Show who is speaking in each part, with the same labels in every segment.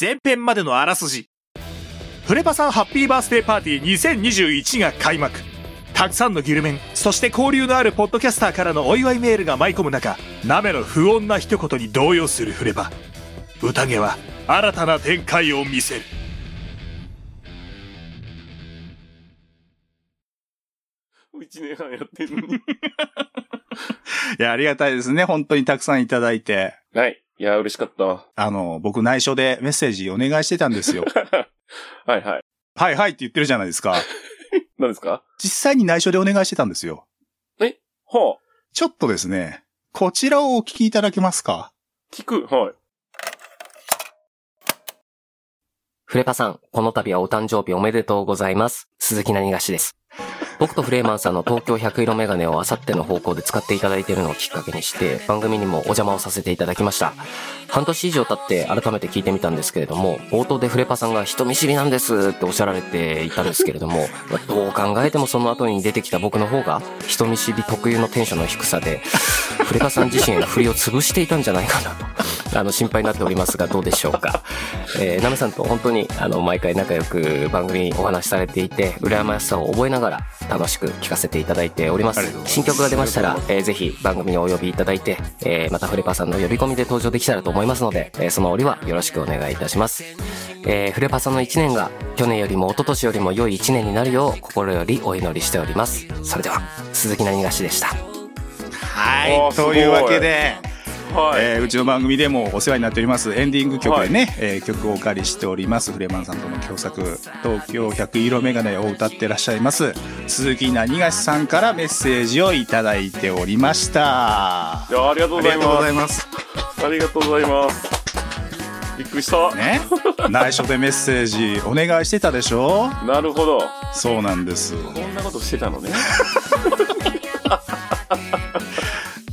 Speaker 1: 前編までのあらすじフレパさんハッピーバースデーパーティー2021が開幕たくさんのギルメンそして交流のあるポッドキャスターからのお祝いメールが舞い込む中ナメの不穏な一言に動揺するフレパ宴は新たな展開を見せる
Speaker 2: 1年半やってるのに。
Speaker 3: いや、ありがたいですね。本当にたくさんいただいて。
Speaker 2: はい。いや、嬉しかったわ。
Speaker 3: あの、僕内緒でメッセージお願いしてたんですよ。
Speaker 2: はいはい。
Speaker 3: はいはいって言ってるじゃないですか。
Speaker 2: 何ですか
Speaker 3: 実際に内緒でお願いしてたんですよ。
Speaker 2: はあ、
Speaker 3: ちょっとですね、こちらをお聞きいただけますか
Speaker 2: 聞く。はい。
Speaker 4: フレパさん、この度はお誕生日おめでとうございます。鈴木何がしです。僕とフレーマンさんの東京100色メガネをあさっての方向で使っていただいているのをきっかけにして、番組にもお邪魔をさせていただきました。半年以上経って改めて聞いてみたんですけれども、冒頭でフレパさんが人見知りなんですっておっしゃられていたんですけれども、 まあどう考えてもその後に出てきた僕の方が、人見知り特有のテンションの低さで、フレパさん自身への振りを潰していたんじゃないか なと、あの、心配になっておりますが、どうでしょうか。えー、ナメさんと本当にあの毎回仲良く番組にお話しされていて羨ましさを覚えながら楽しく聞かせていただいております
Speaker 3: ありがとうございます
Speaker 4: 新曲が出ましたら、えーぜひ番組にお呼びいただいて、えーまたフレパさんの呼び込みで登場できたらと思いますので、えーその折はよろしくお願いいたします、えーフレパさんの1年が去年よりも一昨年よりも良い1年になるよう心よりお祈りしておりますそれでは鈴木なにがしでした
Speaker 3: は
Speaker 2: あ
Speaker 3: い。
Speaker 2: すご
Speaker 3: と
Speaker 2: い
Speaker 3: いうわけで、
Speaker 2: はい。
Speaker 3: えーうちの番組でもお世話になっておりますエンディング曲でね、えー曲をお借りしておりますフレマンさんとの共作「東京百色メガネ」を歌ってらっしゃいます鈴木なにがしさんからメッセージをいただいておりましたあ
Speaker 2: いやありがとうご
Speaker 3: りが
Speaker 2: ざい
Speaker 3: とうご
Speaker 2: ま
Speaker 3: ざいます
Speaker 2: す。ありがとうございます。びっくりした。
Speaker 3: ね内緒でメッセージお願いしてたでしょ
Speaker 2: なるほど。
Speaker 3: そうなんです
Speaker 2: こんなことしてたのね。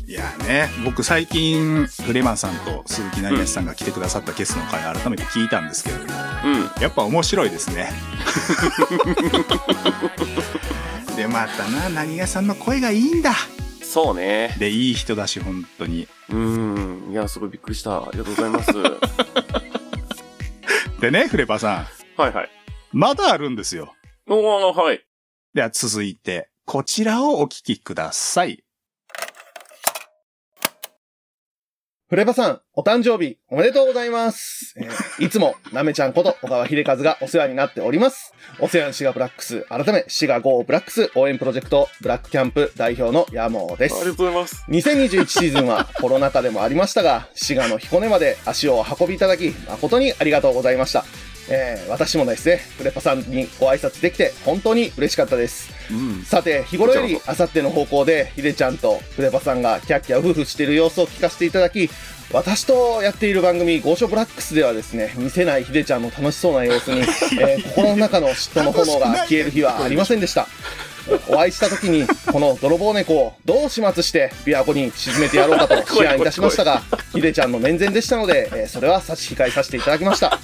Speaker 3: いやね僕最近フレマンさんと鈴木なにがしさんが来てくださったゲストの回改めて聞いたんですけども
Speaker 2: うん。
Speaker 3: やっぱ面白いですね。 でまたな何がさんの声がいいんだ
Speaker 2: そうね。
Speaker 3: でいい人だし本当に
Speaker 2: うん。いや、すごいびっくりした。ありがとうございます。は
Speaker 3: でねフレパさ
Speaker 2: いはい。
Speaker 3: んまだあるんですよ
Speaker 2: おー、はい。
Speaker 3: では続いてこちらをお聞きください
Speaker 5: フレパさん、お誕生日おめでとうございます。え ーいつも、なめちゃんこと小川秀和がお世話になっております。オセアンシガブラックス、改め、シガ GO ブラックス応援プロジェクト、ブラックキャンプ代表のヤモーで
Speaker 2: ありがとう
Speaker 5: す。
Speaker 2: ございます。
Speaker 5: 2021シーズンはコロナ禍でもありましたが、滋賀の彦根まで足をお運びいただき、誠にありがとうございました。えー私もですね、フレパさんにご挨拶できて本当に嬉しかったです。
Speaker 2: うん。
Speaker 5: さて、日頃より
Speaker 2: こ
Speaker 5: あさっての方向で、ヒデちゃんとフレパさんがキャッキャウフフしている様子を聞かせていただき、私とやっている番組、ゴーショブラックスではですね、見せないヒデちゃんの楽しそうな様子に、 えー心の中の嫉妬の炎が消える日はありませんでした。お会いした時に、この泥棒猫をどう始末して、琵琶湖に沈めてやろうかと思案いたしましたが、ヒデちゃんの面前でしたので、えーそれは差し控えさせていただきました。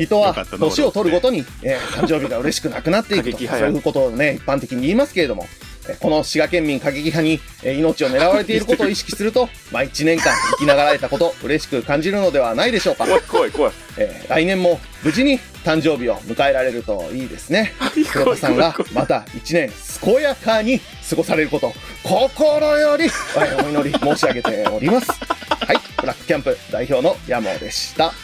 Speaker 5: 人は
Speaker 3: よかったな
Speaker 5: 年を取るごとに、えー誕生日が嬉しくなくなっていくと、
Speaker 2: 過激
Speaker 5: そう
Speaker 2: 派や
Speaker 5: いうことをね、一般的に言いますけれども、えーこの滋賀県民過激派に、えー命を狙われていることを意識する と、まあ1年間生きながらえたこと、嬉しく感じるのではないでしょうか。
Speaker 2: 怖い怖い怖い。
Speaker 5: えー来年も無事に誕生日を迎えられるといいですね。黒田さんがまた一年健やかに過ごされること、心よりはいお祈り申し上げております。はい、ブラックキャンプ代表の山尾でした。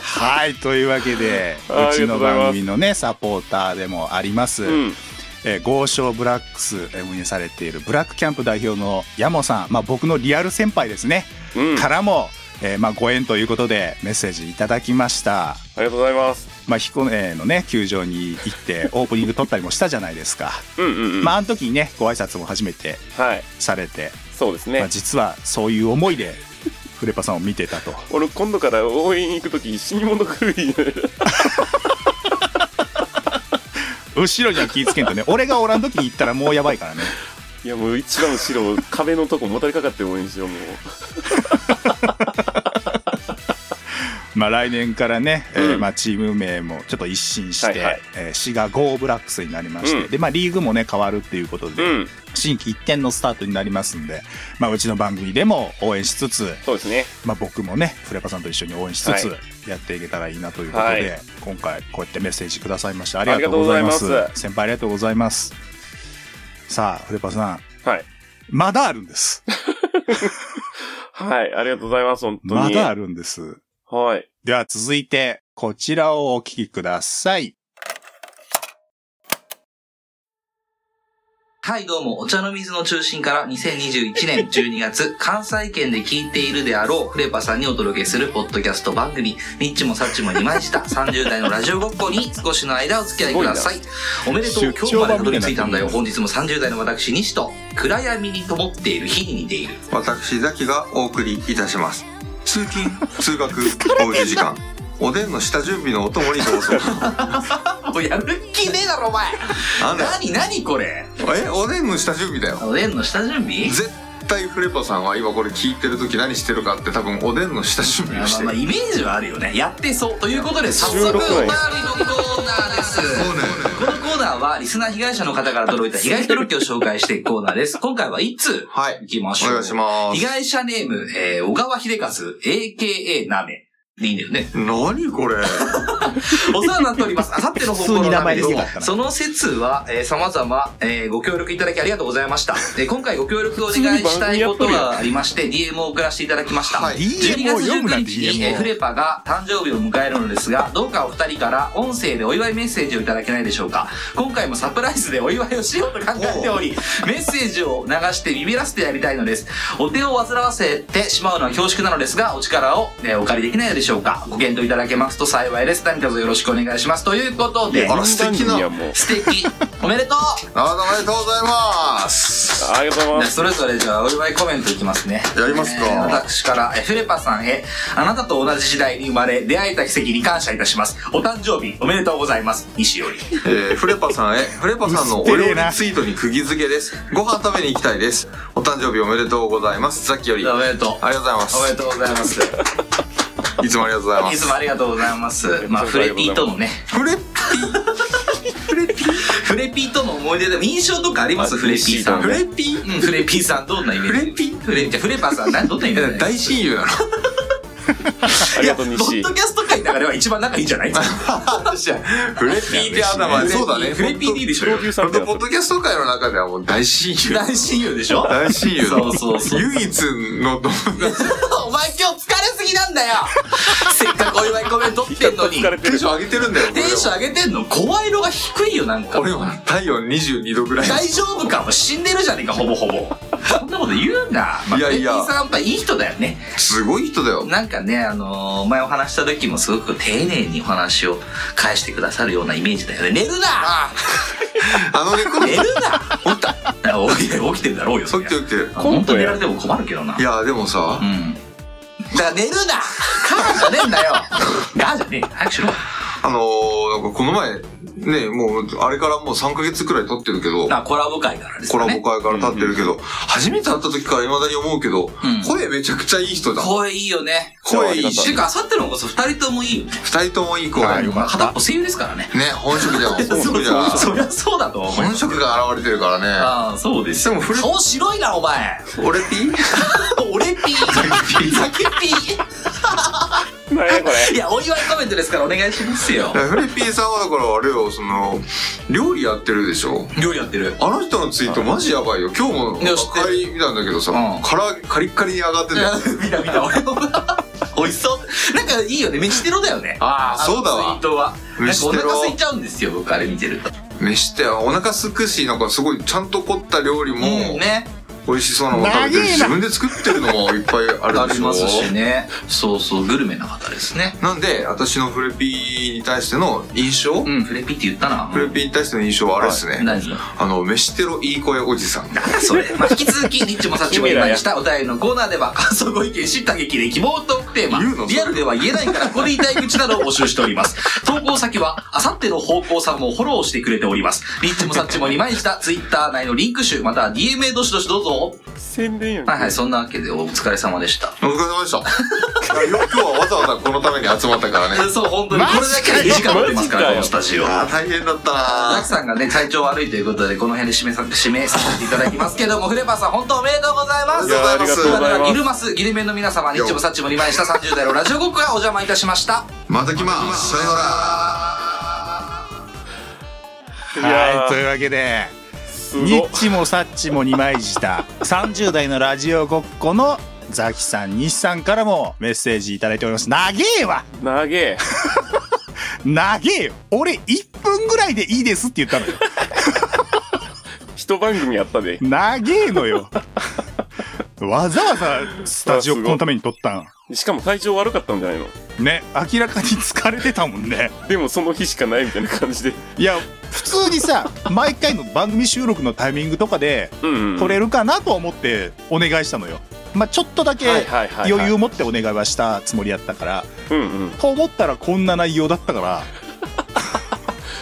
Speaker 3: はいというわけで
Speaker 2: あ
Speaker 3: う
Speaker 2: り
Speaker 3: ち
Speaker 2: がとう
Speaker 3: の
Speaker 2: ございます
Speaker 3: 番組のねサポーターでもあります、
Speaker 2: うん。
Speaker 3: えー、豪商ブラックスえー運営されているブラックキャンプ代表のヤモさん、まあ、僕のリアル先輩ですね、
Speaker 2: うん。あ
Speaker 3: か
Speaker 2: り
Speaker 3: らも、えーまあ、ご縁ということでメッセージいただきました、
Speaker 2: がとうございます。
Speaker 3: まあ、彦根のね球場に行って オープニング撮ったりもしたじゃないですか、
Speaker 2: うんうんうん。
Speaker 3: まああの時にねご挨拶も初めて
Speaker 2: はい。
Speaker 3: されて、
Speaker 2: そうです
Speaker 3: ま
Speaker 2: ね
Speaker 3: あ、。実はそういう思いでフレパさんを見てたと
Speaker 2: 俺、今度から応援行くとき、死に物狂いになる。
Speaker 3: 後ろには気ぃつけん とね俺がおらん時に行ったらもうやばいからね
Speaker 2: いや、もう一番後ろ、壁のとこもたれかかって応援しよう、もう。
Speaker 3: うまあ、来年からね、えー
Speaker 2: うん
Speaker 3: まあ、チーム名もちょっと一新して、
Speaker 2: はいはい
Speaker 3: えー滋賀ゴーブラックスになりまして、
Speaker 2: うん
Speaker 3: で、まあ、リーグもね、変わるっていうことで、
Speaker 2: うん。
Speaker 3: 新規一点のスタートになりますんで、まあ、うちの番組でも応援しつつ、
Speaker 2: そうですね。
Speaker 3: まあ、僕もね、フレパさんと一緒に応援しつつ、
Speaker 2: は
Speaker 3: やっていけたらいいなということで、
Speaker 2: はい
Speaker 3: 今回こうやってメッセージくださいまして、ありがとうございます。
Speaker 2: ありがとうございま
Speaker 3: 先輩ありがとうございます。さあ、フレパさん、
Speaker 2: はい。
Speaker 3: まだあるんです。
Speaker 2: はい。ありがとうございます、本当に。
Speaker 3: まだあるんです。
Speaker 2: はい。
Speaker 3: では続いて、こちらをお聞きください。
Speaker 6: はい、どうも、お茶の水の中心から2021年12月、関西圏で聞いているであろうフレパさんにお届けするポッドキャスト番組、ニッチもサッチも二枚舌、30代のラジオごっこに少しの間お付き合いください。おめでとう、
Speaker 3: 出
Speaker 6: 今日
Speaker 3: 張
Speaker 6: まで
Speaker 3: 版
Speaker 6: た
Speaker 3: み
Speaker 6: どり
Speaker 3: たいになってる
Speaker 6: 着いたんだよ。本日も30代の私、西と、暗闇に灯っている火に似ている。
Speaker 7: 私ザキがお送りいたします通 勤通学おうち時間おでんの下準備のお供にどうぞ
Speaker 6: もうやる気ねえだろ、お前。
Speaker 7: なんだよ
Speaker 6: 何、何これ。
Speaker 7: えおでんの下準備だよ
Speaker 6: おでんの下準備
Speaker 7: 絶対フレパさんは今これ聞いてる時何してるかって多分おでんの下準備
Speaker 6: ま
Speaker 7: をし
Speaker 6: あ
Speaker 7: て
Speaker 6: まあ、
Speaker 7: る
Speaker 6: イメージはあるよね。やってそう。ということで、早速、お
Speaker 2: 収
Speaker 6: 便り
Speaker 2: 録
Speaker 6: の
Speaker 2: 内
Speaker 6: コーナーです。
Speaker 7: そうね
Speaker 6: このコーナーは、リスナー被害者の方から届いた被害届を紹介していくコーナーです。今回は1通
Speaker 7: はい
Speaker 6: 行きましょう。
Speaker 7: お願いしま
Speaker 6: 被
Speaker 7: す
Speaker 6: 害者ネーム、えー、小川秀和、AKA なめ。でいいんだよね。
Speaker 7: 何これ
Speaker 6: お世話になっております。あさっての方向の鍋で
Speaker 3: 普通に名前ですよかったな
Speaker 6: その説は、えー、様々、えーご協力いただきありがとうございました。えー今回ご協力をお願いしたいことがありまして、DM を送らせていただきました。
Speaker 7: はい
Speaker 6: 12
Speaker 3: DM を
Speaker 6: 月
Speaker 3: 読むな
Speaker 6: 19
Speaker 3: んて
Speaker 6: 日に、えー
Speaker 3: DM
Speaker 6: フ
Speaker 3: を。
Speaker 6: レパが誕生日を迎えるのですが、どうかお二人から音声でお祝いメッセージをいただけないでしょうか。今回もサプライズでお祝いをしようと考えており、メッセージを流してビビらせてやりたいのです。お手を煩わせてしまうのは恐縮なのですが、お力を、えーお借りできないでしょうか。ご検討いただけますと幸いです。何卒よろしくお願いします。ということで
Speaker 7: あ、ら素敵ない
Speaker 2: やもう
Speaker 6: 素敵おめでとう
Speaker 7: あおめでとうございます
Speaker 2: ありがとう
Speaker 6: じ
Speaker 2: ございま
Speaker 6: ゃあ
Speaker 2: す。
Speaker 6: それぞれじゃあお祝いコメントいきますね。
Speaker 7: やりますか
Speaker 6: えー私から、えーフレパさんへ、あなたと同じ時代に生まれ、出会えた奇跡に感謝いたします。お誕生日おめでとうございます。西より。
Speaker 7: えーフレパさんへ、フレパさんのお料理ツイートに釘付けです。ご飯食べに行きたいです。お誕生日おめでとうございます。さっきより。
Speaker 6: お
Speaker 7: あり
Speaker 6: めでとう。
Speaker 7: がとうござい
Speaker 6: お
Speaker 7: ま
Speaker 6: め
Speaker 7: す
Speaker 6: で。とうございます。い
Speaker 7: いつもありがとうございます
Speaker 6: つ。もありがとうございます。まあ、フレピーとのね、
Speaker 7: フレ
Speaker 6: フレピーとの思い出でも印象とかありますフレピーさん。
Speaker 2: フレ
Speaker 6: ピーうん、フレピーさんどんなイメージ
Speaker 7: フレピ
Speaker 6: フレ、じゃあフレパさん、などんなイメージ
Speaker 7: 大親友なの
Speaker 2: ありがとう、
Speaker 6: ポッ
Speaker 2: 西
Speaker 6: ド。キャスト界の中では一番仲いいんじゃ ない
Speaker 7: フレピーって頭そうだね。
Speaker 6: フレピーでいいでしょ
Speaker 2: プロデューサーみたいに
Speaker 7: ポ
Speaker 2: な
Speaker 7: ッド
Speaker 2: ってる。
Speaker 7: キャスト界の中ではもう大親友。
Speaker 6: 大親友でしょ
Speaker 7: 大親友だ
Speaker 6: そうそうそう
Speaker 7: 唯一の友達。
Speaker 6: お前今日疲れすぎなんだ よ せっかくお祝いコメント取ってんのに。
Speaker 2: 疲れて
Speaker 7: テン
Speaker 2: る
Speaker 7: シ。ョン上げてるんだよ。
Speaker 6: テンション上げてんの声色が低いよ、なんか。
Speaker 7: 俺は。俺は体温22度ぐらい。
Speaker 6: 大丈夫かもう死んでるじゃねえか、ほぼほぼ。そんなこと言うな。まあ、
Speaker 7: いやいや
Speaker 6: ペッピーさんやっぱいい人だよね。
Speaker 7: すごい人だよ。
Speaker 6: なんかね、あのー前お話した時もすごく丁寧にお話を返してくださるようなイメージだよね。寝るな
Speaker 7: あの猫の
Speaker 6: 寝るな起きたあ起きて起きてるだろうよ、
Speaker 7: そ
Speaker 6: そ
Speaker 7: っ
Speaker 6: りゃ
Speaker 7: て。起きてる。
Speaker 6: あ本当に寝られても困るけどな。
Speaker 7: いや、でも
Speaker 6: う
Speaker 7: さ、
Speaker 6: ん。だから寝るなカーじゃねえんだよガーじゃねえ早くしろ
Speaker 7: あのー、なんかこの前、ね、もう、あれからもう3ヶ月くらい経ってるけど、
Speaker 6: なコラボ会からです
Speaker 7: コ
Speaker 6: よ
Speaker 7: ラ
Speaker 6: ね
Speaker 7: ボ会から経ってるけど、初めて会った時から未だに思うけど
Speaker 6: うん、
Speaker 7: 声めちゃくちゃいい人だ。
Speaker 6: 声いいよね
Speaker 7: 声いい
Speaker 6: て
Speaker 7: し
Speaker 6: いう、かあさってのこそ二人ともいいよね
Speaker 7: 二人ともいい子だよ。
Speaker 6: 片っぽ声優ですからね
Speaker 7: ね、本職 じゃん。本職じゃん。
Speaker 6: そりゃそうだと思う
Speaker 7: 本職が現れてるからね。
Speaker 6: ああそうです
Speaker 7: でもフレ
Speaker 6: 顔白いなお前
Speaker 7: 俺ピー
Speaker 6: 俺ピーザキピ
Speaker 2: 何やこ
Speaker 6: ーいやお祝いコメントですからお願いしますよ
Speaker 7: フレピーさんはだからあれよ、その、料理やってるでしょ
Speaker 6: 料理やってる
Speaker 7: あの人のツイートマジやばいよ。今日も
Speaker 6: いや知ってる
Speaker 7: 帰り見たんだけどさ
Speaker 6: うん、
Speaker 7: からカリッカリに上がってたよ。
Speaker 6: 見た見た俺も 美味しそうなんかいいよね飯テロだよね
Speaker 7: ああ、
Speaker 6: あの
Speaker 7: そうだ
Speaker 6: ツイー
Speaker 7: わ。
Speaker 6: トはなんかお
Speaker 7: 飯テロ
Speaker 6: 腹空いちゃうんですよ僕あれ見てると
Speaker 7: 飯ってお腹すくし、なんかすごいちゃんと凝った料理も
Speaker 6: うんね
Speaker 7: 美味しそうなもの食べてるし、自分で作ってるのもいっぱいあ
Speaker 6: あ
Speaker 7: るで
Speaker 6: り
Speaker 7: しょ
Speaker 6: ますしねそうそうグルメな方ですね
Speaker 7: なんで、私のフレピーに対しての印象
Speaker 6: うんフレピって言ったな
Speaker 7: フレピーに対しての印象はあれですね。
Speaker 6: 何
Speaker 7: あの、飯テロいい声おじさん。
Speaker 6: そ れ、まあ、引き続き、ニッチもサッチも今にしたお便りのコーナーでは、感想ご意見、知った激励、希望トークテーマ
Speaker 7: 言うの、
Speaker 6: リアルでは言えないから、ここで言いたい口などを募集しており ます。投稿先は、あさっての方向さんもフォローしてくれております。ニッチもサッチも2枚した、ツイッター内のリンク集、または DM へどしどしどうぞそう
Speaker 2: 宣伝やん。
Speaker 6: はいはい、そんなわけでお疲れ様でした。
Speaker 7: お疲れ様でした。いやよく今日はわざわざこのために集まったからね。
Speaker 6: そう、本当に。これだけで2時間もってますから、このスタジオ。
Speaker 7: あ
Speaker 6: ザ
Speaker 7: あ、大変だった
Speaker 6: ク
Speaker 7: な
Speaker 6: さんがね、体調悪いということで、この辺で締めさ、締めさせていただきますけども、フレパさん、本当おめでとうございます。
Speaker 7: いやありがとうございます
Speaker 6: ただギルマス、ギルメンの皆様、日もサッチもリマイした30代のラジオごっこがお邪魔いたしました。
Speaker 7: また来ます。さよなら。
Speaker 2: いや
Speaker 3: はい、と
Speaker 2: ー
Speaker 3: いうわけで、
Speaker 2: すご
Speaker 3: ニッチもサッチも二枚 舌、30代のラジオごっこのザキさん、西さんからもメッセージいただいております。長えわ
Speaker 2: 長え。
Speaker 3: 長えよ俺1分ぐらいでいいですって言ったのよ。
Speaker 2: 一番組やったで。
Speaker 3: 長えのよ。わざわざスタジオこのために撮った
Speaker 2: しかも体調悪かったんじゃないの
Speaker 3: ん。ね、明らかに疲れてたもんね。
Speaker 2: でもその日しかないみたいな感じで。
Speaker 3: いや、普通にさ、毎回の番組収録のタイミングとかで、
Speaker 2: うん、うん。
Speaker 3: 撮れるかなと思ってお願いしたのよ。まあちょっとだけ
Speaker 2: はいはいはいはい
Speaker 3: 余裕を持ってお願いはしたつもりやったから、
Speaker 2: うんうん。
Speaker 3: と思ったらこんな内容だったから、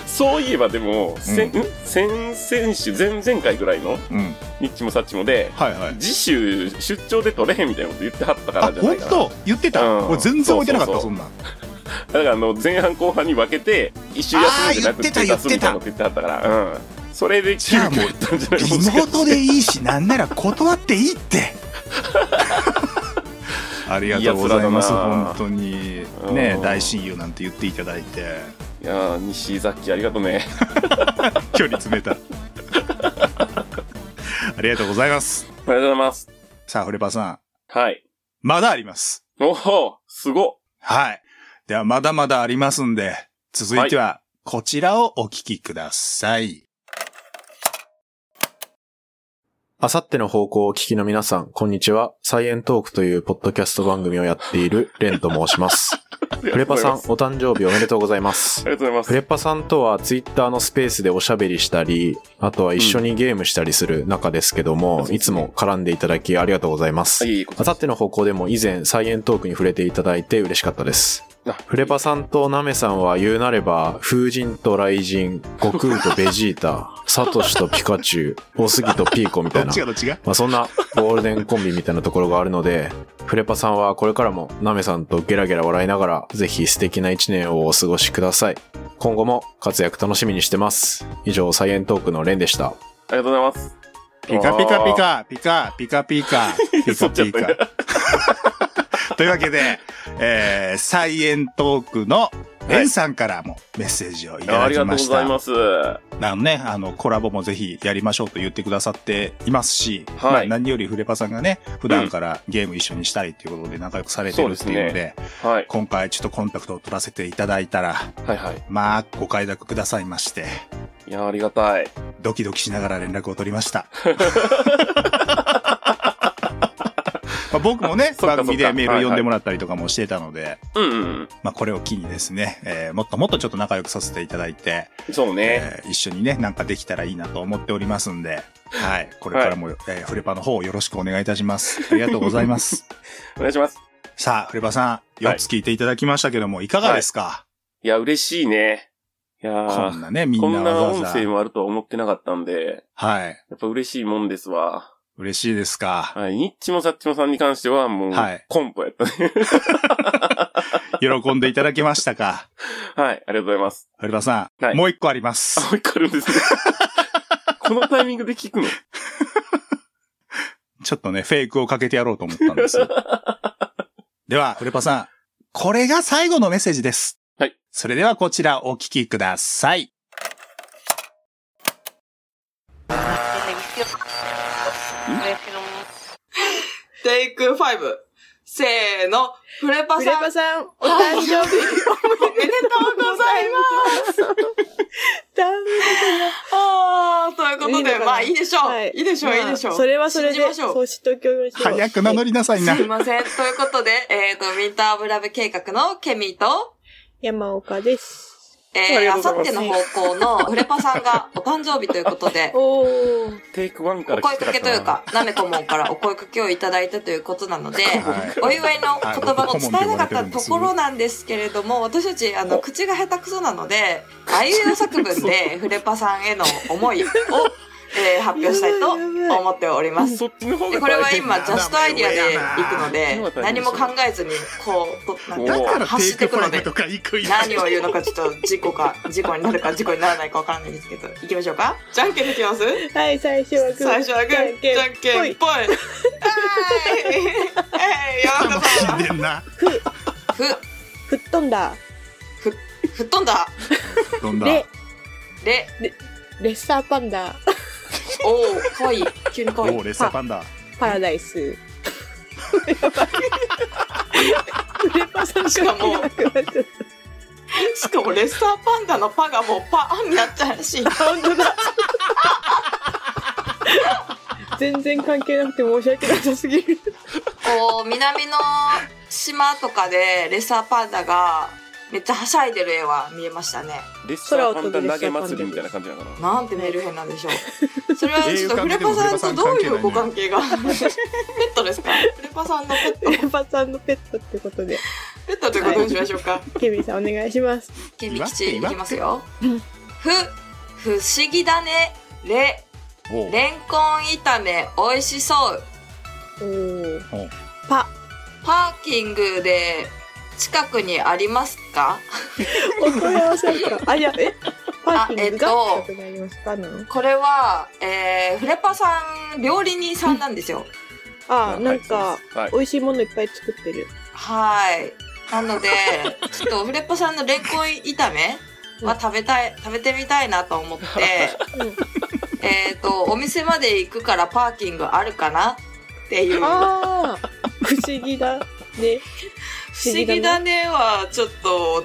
Speaker 2: そういえばでも、先、ん、先々週、前々回ぐらいの、
Speaker 3: うん。
Speaker 2: ニッチもサッチもで、
Speaker 3: はいはい。
Speaker 2: 次週出張で撮れへんみたいなこと言ってはったか
Speaker 3: あ、
Speaker 2: らじゃな
Speaker 3: 本
Speaker 2: いかな。
Speaker 3: 当言ってた。
Speaker 2: うん
Speaker 3: 俺全然置いてなかった、
Speaker 2: そう
Speaker 3: そ
Speaker 2: そ
Speaker 3: んなん。
Speaker 2: だからあの前半後半に分けて一周休むんじゃなくて
Speaker 3: あー言ってた
Speaker 2: 出すみたいなこと言ってはったから、うん、それで急遽やったんじゃな
Speaker 3: リモ
Speaker 2: いもしか
Speaker 3: ー
Speaker 2: して
Speaker 3: トでいい し、なんなら断っていいって。ありがとうございます、
Speaker 2: いいやつらだな
Speaker 3: 本当に。
Speaker 2: う
Speaker 3: ね
Speaker 2: ん
Speaker 3: 大親友なんて言っていただいて。
Speaker 2: いやー西ザッキーありがとうね
Speaker 3: 距離詰めた。ありがとうございます。
Speaker 2: ありがとうございます
Speaker 3: さあ、フレパさん、
Speaker 2: はい
Speaker 3: まだあります。
Speaker 2: おおすごっ
Speaker 3: はい。では、まだまだありますんで、続いては、こちらをお聞きください。
Speaker 8: あさっての方向をお聞きの皆さん、こんにちは。サイエントークというポッドキャスト番組をやっているレンと申し ます。フレパさん、お誕生日おめでとうございま
Speaker 2: あ
Speaker 8: す。
Speaker 2: りがとうござ
Speaker 8: フ
Speaker 2: いま
Speaker 8: レパさんとはツイッターのスペースでおしゃべりしたり、あとは一緒にゲームしたりする中ですけども、いつも絡んでいただきありがとうございます
Speaker 2: す。いいこ
Speaker 8: あさっての方向でも以前サイエントークに触れていただいて嬉しかったです
Speaker 2: あ。
Speaker 8: フレパさんとナメさんは言うなれば、風神と雷神、悟空とベジータ、サトシとピカチュウ、おすぎとピーコみた
Speaker 3: ど
Speaker 8: い
Speaker 3: っ
Speaker 8: な
Speaker 3: ち。がどっちが
Speaker 8: まあそんなゴールデンコンビみたいなところがあるので、 フレパさんはこれからもナメさんとゲラゲラ笑いながら、ぜひ素敵な一年をお過ごしください。今後も活躍楽しみにしてます。以上、サイエントークのレンでした。
Speaker 2: ありがとうございます
Speaker 3: ピカピカピカ、ピカピカピカ、 ピ
Speaker 2: そ
Speaker 3: カ
Speaker 2: っちや
Speaker 3: ピ
Speaker 2: ったね
Speaker 3: カ。 というわけで、えー、サイエントークのレンさんからもメッセージをいた
Speaker 2: あ
Speaker 3: だ
Speaker 2: あり
Speaker 3: き
Speaker 2: がとう
Speaker 3: ま
Speaker 2: ご
Speaker 3: した。
Speaker 2: ざいますは
Speaker 3: あのね、あの、コラボもぜひやりましょうと言ってくださっていますし、
Speaker 2: はい
Speaker 3: まあ何よりフレパさんがね、普段からゲーム一緒にしたいということで仲良くされてるっていうので、
Speaker 2: そうでい
Speaker 3: 今回ちょっとコンタクトを取らせていただいたら、
Speaker 2: はいはい
Speaker 3: まあ、ご快諾くださいまして、
Speaker 2: いやありがたい
Speaker 3: ドキドキしながら連絡を取りました。 まあ僕もね、
Speaker 2: そっか
Speaker 3: 番組
Speaker 2: そっ
Speaker 3: で
Speaker 2: か
Speaker 3: メール
Speaker 2: はいはい
Speaker 3: 読んでもらったりとかもしてたので、
Speaker 2: うんうん
Speaker 3: まあこれを機にですね、えーもっともっとちょっと仲良くさせていただいて、
Speaker 2: そうね
Speaker 3: えー一緒にね、なんかできたらいいなと思っておりますんで、はい、これからも、えーフレパの方をよろしくお願いいたします。ありがとうございます。
Speaker 2: お願いします
Speaker 3: さあ、フレパさん、4つ聞いていただきましたけども、いかがですか、
Speaker 2: いや嬉しいねいや
Speaker 3: こん
Speaker 2: ー
Speaker 3: なね、み
Speaker 2: こ
Speaker 3: ん
Speaker 2: ん
Speaker 3: な
Speaker 2: な
Speaker 3: わ
Speaker 2: 音
Speaker 3: ざわ
Speaker 2: 声
Speaker 3: ざ。
Speaker 2: もあるとは思ってなかったんで、
Speaker 3: はい、
Speaker 2: やっぱ嬉しいもんですわ。
Speaker 3: 嬉しいですか。
Speaker 2: はい、ニッチもサッチもさんに関してはもう
Speaker 3: はい、
Speaker 2: コンポやったね。
Speaker 3: 喜んでいただけましたか
Speaker 2: はい、ありがとうございます。
Speaker 3: フレパさん、
Speaker 2: はい
Speaker 3: もう一個ありま
Speaker 2: あ、
Speaker 3: す。
Speaker 2: もう一個あるんですね。このタイミングで聞くの
Speaker 3: ちょっとね、フェイクをかけてやろうと思ったんですよ。では、フレパさん、これが最後のメッセージです。
Speaker 2: はい。
Speaker 3: それではこちらお聞きください。
Speaker 9: テイク5。せーの、フレパ
Speaker 10: フレ
Speaker 9: さん
Speaker 10: パ。さん、お誕生日
Speaker 9: おめでとうございます。
Speaker 10: だめ
Speaker 9: あー、ということ
Speaker 10: いいの
Speaker 9: で、
Speaker 10: かな
Speaker 9: まあいいでしょ
Speaker 10: は
Speaker 9: う。いいでしょう、いいでしょう。
Speaker 10: それはそれ
Speaker 9: 信じ
Speaker 10: で、
Speaker 9: ましょう
Speaker 10: そうしときましょう
Speaker 3: 早く名乗りなさいな
Speaker 9: す。いません。ということで、 えっ、と、ミーターブラブ計画のケミと、
Speaker 10: 山岡です。
Speaker 2: あり
Speaker 9: えー、
Speaker 2: が
Speaker 9: あ
Speaker 2: と
Speaker 9: さ
Speaker 2: うご
Speaker 9: っ
Speaker 2: ざ
Speaker 9: て
Speaker 2: いま
Speaker 9: の
Speaker 2: す
Speaker 9: 方向のフレパさんがお誕生日ということで、
Speaker 10: おー。
Speaker 2: テイク1か
Speaker 9: お
Speaker 2: ら
Speaker 9: 声
Speaker 2: 聞きた
Speaker 9: か
Speaker 2: っ
Speaker 9: け
Speaker 2: た
Speaker 9: と
Speaker 2: な
Speaker 9: いうか、なめこもんからお声かけをいただいたということなの で、
Speaker 3: はい
Speaker 9: お祝いの言葉を伝えなかったところなんですけれども、私たち、あの、 口が下手くそなので、あいうえお作文で、フレパさんへの思いを、えー発表したいと思っております。
Speaker 2: そっちの方
Speaker 9: で
Speaker 2: が
Speaker 9: これ
Speaker 2: 大
Speaker 9: は
Speaker 2: 変
Speaker 9: 今ジャストアイディアで行くの
Speaker 2: 今は大
Speaker 9: で
Speaker 2: 変
Speaker 9: 何も考えずにこうとなん
Speaker 2: だか
Speaker 9: から走っていくので
Speaker 1: とか行く
Speaker 9: 何を言うのかちょっと事故か事故になるか事故にならないかわからないですけど行きましょうかじゃんけんできます
Speaker 10: はい、最初はグー。
Speaker 9: 最初はグーじゃんけんぽい
Speaker 10: ぽい
Speaker 9: はいえい山田さん
Speaker 1: 死んでんな。
Speaker 9: ふ
Speaker 10: 吹っ飛んだ。
Speaker 9: 吹っ飛んだ
Speaker 3: どんだ
Speaker 10: レ、
Speaker 9: で
Speaker 10: レッサーパンダ。
Speaker 9: おおかわいい急にか
Speaker 1: お
Speaker 9: わいい
Speaker 1: ーレッサーパンダ。
Speaker 10: パラダイス。フレパさん
Speaker 9: しかも
Speaker 10: なくなっちゃっ
Speaker 9: しかもレッサーパンダのパがもうパンになっちゃうらしい本当 だ
Speaker 10: た全然関係なくて申し訳なさすぎる。
Speaker 9: こう南の島とかでレッサーパンダがめっちゃはしゃいでる絵は見えましたね
Speaker 2: レッサーパンダ投げ祭りみたいな感じなのかな
Speaker 9: なんてメルヘンなんでしょう それはちょっとフレパさんとどういうご関係がペットですかフレパさんのペッ
Speaker 10: フ
Speaker 9: ト
Speaker 10: レパさんのペットってことで、
Speaker 9: ペットということにしましょうか
Speaker 10: ケビンさんお願いします。
Speaker 9: ケビ吉いきますよふ不思議だねレ
Speaker 1: おー
Speaker 9: レンコン炒め美味しそう
Speaker 10: おお
Speaker 1: お。
Speaker 10: パ、
Speaker 9: パーキングで近くにありますか
Speaker 10: お問い合わせか。あ、いや、え、パーキングが
Speaker 9: あえっと
Speaker 10: 高くなりましたなの。
Speaker 9: これは、えー、フレパさん料理人さんなんですよ、
Speaker 10: あ、な
Speaker 2: は
Speaker 10: んか
Speaker 2: い、そうですはい
Speaker 10: 美味しいものいっぱい作ってる。
Speaker 9: はい。なので、ちょっとフレッポさんのレンコン炒めは食べたい、食べてみたいなと思って、えっと、お店まで行くからパーキングあるかなっていう。不思
Speaker 10: ああ、不思議だね。
Speaker 9: 議だねは、ちょっと、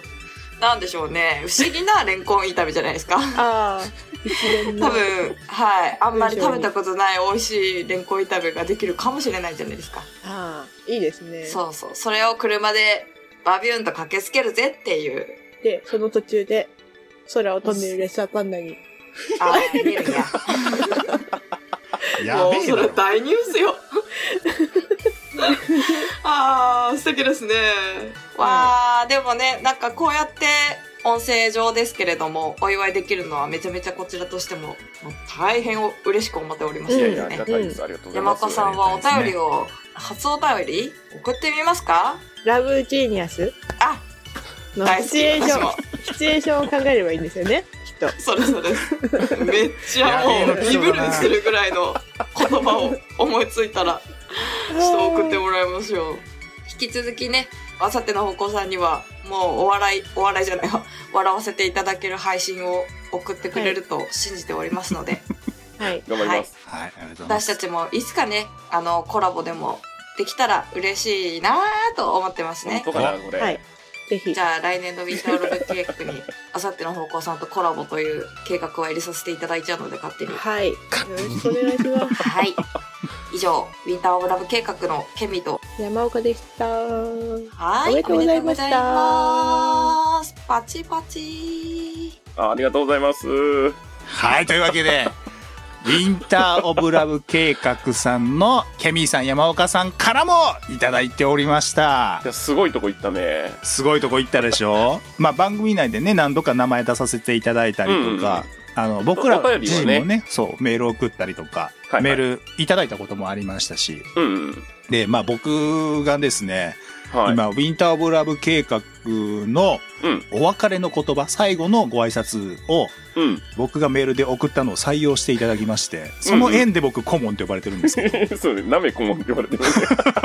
Speaker 9: なんでしょうね。不思議なレンコン炒めじゃないですか。
Speaker 10: ああ、一連の。
Speaker 9: 多分、はい。あんまり食べたことない美味しいレンコン炒めができるかもしれないじゃないですか。
Speaker 10: ああ、いいですね。
Speaker 9: そうそう。それを車でバビューンと駆けつけるぜっていう。
Speaker 10: で、その途中で、空を飛んでるレッサーパンダに。
Speaker 9: あー、見えるんや。
Speaker 1: やべえ
Speaker 9: もうそれ
Speaker 1: な。
Speaker 9: 大ニュース よあー素敵ですねわあでもねなんかこうやって音声上ですけれどもお祝いできるのはめちゃめちゃこちらとしてももう大変お嬉しく思っております
Speaker 10: うん
Speaker 2: い
Speaker 9: の
Speaker 2: や
Speaker 9: でね
Speaker 2: いや、ありがたいです。ありがとうござい
Speaker 9: 山
Speaker 2: ます。
Speaker 9: 岡さんはお便りを、初お便り送ってみますか
Speaker 10: ラブジーニアス
Speaker 9: あ
Speaker 10: の
Speaker 9: 大
Speaker 10: シ
Speaker 9: 好
Speaker 10: チュエ
Speaker 9: き
Speaker 10: ー
Speaker 9: 私
Speaker 10: ション
Speaker 9: も、
Speaker 10: シチュエーションを考えればいいんですよね、きっと。
Speaker 9: それそれめっちゃもう身震いするぐらいの言葉を思いついたらちょっと送ってもらいましょう。引き続きね、あさっての方向さんには、もうお笑い、お笑いじゃないわ、笑わせていただける配信を送ってくれると信じておりますので、
Speaker 10: はい。
Speaker 2: 頑張ります。
Speaker 3: はい、ありがとうございま
Speaker 9: 私
Speaker 3: す
Speaker 9: た。ちもいつかね、あの、コラボでもできたら嬉しいなぁと思ってます
Speaker 2: 本
Speaker 9: ね
Speaker 2: 当。かな、これ。
Speaker 10: はい。ぜひ
Speaker 9: じ。ゃあ来年のウィンターロール計画に、あさっての方向さんとコラボという計画は入れさせていただいちゃうので、勝手に。
Speaker 10: はい。よろしくお願いしま
Speaker 9: はい。以上、ウィンターオブラブ計画のケミと、
Speaker 10: す。山岡でした。
Speaker 9: はい、
Speaker 10: おめでとうございまし
Speaker 9: おめでとうご
Speaker 10: た
Speaker 9: ざいますパチパチ。
Speaker 2: あありがとうございます。
Speaker 3: はい、というわけで、ウィンター・オブ・ラブ計画さんのケミーさん、山岡さんからもいただいておりました
Speaker 2: い。や、すごいとこ行ったね。
Speaker 3: すごいとこ行ったでしょまあ番組内でね、何度か名前出させていただいたりとか、あの、僕ら
Speaker 2: お便り
Speaker 3: 自
Speaker 2: はね
Speaker 3: 身もね、そう、メールを送ったりとか、
Speaker 2: はいはい
Speaker 3: メールいただいたこともありましたし、
Speaker 2: うんうん。
Speaker 3: で、まあ僕がですね、
Speaker 2: はい。
Speaker 3: 今、ウィンター・オブ・ラブ計画の
Speaker 2: うん
Speaker 3: お別れの言葉、最後のご挨拶を
Speaker 2: うん。
Speaker 3: 僕がメールで送ったのを採用していただきまして、その縁で僕、顧問って呼ばれてるんですけど、
Speaker 2: そうね、なめこもって言われてるね。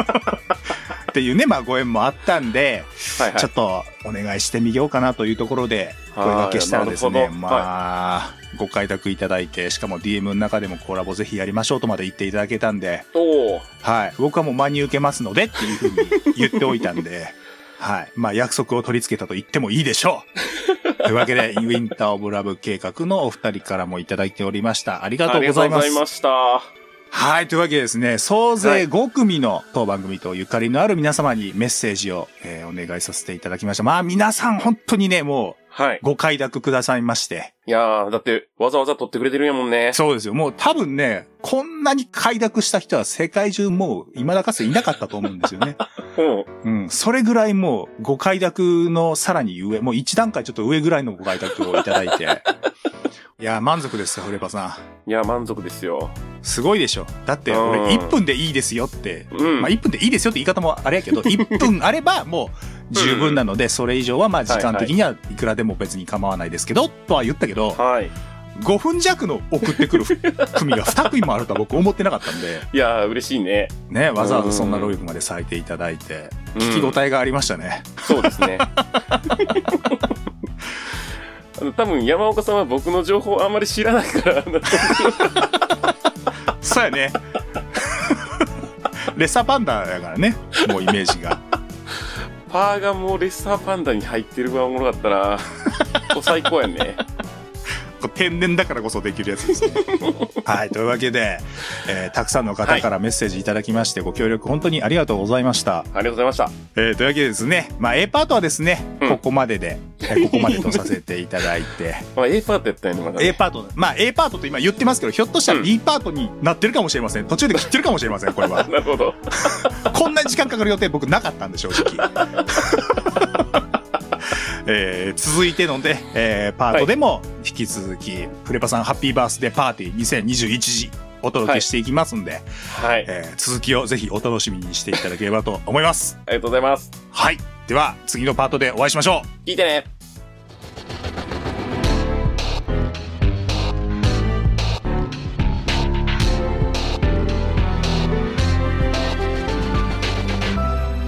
Speaker 3: っていうね、まあご縁もあったんで、
Speaker 2: はいはい
Speaker 3: ちょ。っとお願いしてみようかなというところで、声掛けしたらです
Speaker 2: は
Speaker 3: ね、
Speaker 2: いなるほど
Speaker 3: まあ、ご開拓いただいて、しかも DM の中でもコラボぜひやりましょうとまで言っていただけたんで、
Speaker 2: おお。
Speaker 3: はい、僕はもう真に受けますのでっていうふうに言っておいたん で、はい、まあ約束を取り付けたと言ってもいいでしょう。というわけで、ウィンター・オブ・ラブ計画のお二人からもいただいておりました。ありがと
Speaker 2: あ
Speaker 3: う
Speaker 2: り
Speaker 3: ご
Speaker 2: がと
Speaker 3: ざ
Speaker 2: う
Speaker 3: い
Speaker 2: ご
Speaker 3: ま
Speaker 2: ざい
Speaker 3: す。
Speaker 2: ました。
Speaker 3: はい、というわけでですね、総
Speaker 2: は
Speaker 3: 勢
Speaker 2: い
Speaker 3: 5組の当番組とゆかりのある皆様にメッセージを、えーお願いさせていただきました。まあ皆さん本当にね、も
Speaker 2: はい。
Speaker 3: うご快諾くださいまして。
Speaker 2: いやー、だって、わざわざ撮ってくれてるんやもんね。
Speaker 3: そうですよ。もう多分ね、こんなに快諾した人は世界中もう未だかつていなかったと思うんですよね。
Speaker 2: うん。
Speaker 3: うん。それぐらいもうご快諾のさらに上、もう一段階ちょっと上ぐらいのご快諾をいただいて。いや、満足ですか、フレパさ
Speaker 2: いや、満足ですよ。
Speaker 3: ん。すごいでしょ。だって、
Speaker 2: うん
Speaker 3: 俺、1分でいいですよって。
Speaker 2: うん。
Speaker 3: まあ、1分でいいですよって言い方もあれや けど、1分あればもう十分なので、それ以上はまあ時間的にはいくらでも別に構わないですけど、とは言ったけど、
Speaker 2: はい。
Speaker 3: 5分弱の送ってくる組が2組もあるとは僕思ってなかったんで、
Speaker 2: いや、嬉しいね。
Speaker 3: ね、わざわざそんな労力まで割いていただいて、
Speaker 2: うん
Speaker 3: 聞き応えがありましたね。
Speaker 2: そうで すね。あの多分山岡さんは僕の情報をあんまり知らないから、あの
Speaker 3: そうやね。レッサーパンダやからね、もうイメージが。
Speaker 2: パーがもうレッサーパンダに入ってるのがおもろかった な。こう最高やね。
Speaker 3: こう天然だからこそできるやつですね。はい、というわけで、えーたくさんの方からメッセージいただきまして、ご協力本当にありがとうございました。
Speaker 2: ありがとうございました。
Speaker 3: えーというわけでですね、まあ A パートはですね、
Speaker 2: うん
Speaker 3: ここまでで、えーここまでとさせていただいて、
Speaker 2: まあ、A パートやったんやね、まだ、
Speaker 3: A
Speaker 2: ね。
Speaker 3: パート、まあ A パートと今言ってますけど、ひょっとしたら
Speaker 2: うん
Speaker 3: B パートになってるかもしれません。途中で切ってるかもしれません、これは
Speaker 2: 。なるほど。
Speaker 3: こんなに時間かかる予定僕なかったんで、正 直。えー続いてので、えーパートでも引き続き、フレパさんハッピーバースデーパーティー2021時お届けしていきますんで、
Speaker 2: はい。あ
Speaker 3: えー続きをぜひお楽しみにしていただければと思います。
Speaker 2: りがとうございます。
Speaker 3: はい。では、次のパートでお会いしましょう。
Speaker 2: 聞いてね。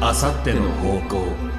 Speaker 1: あさっての方向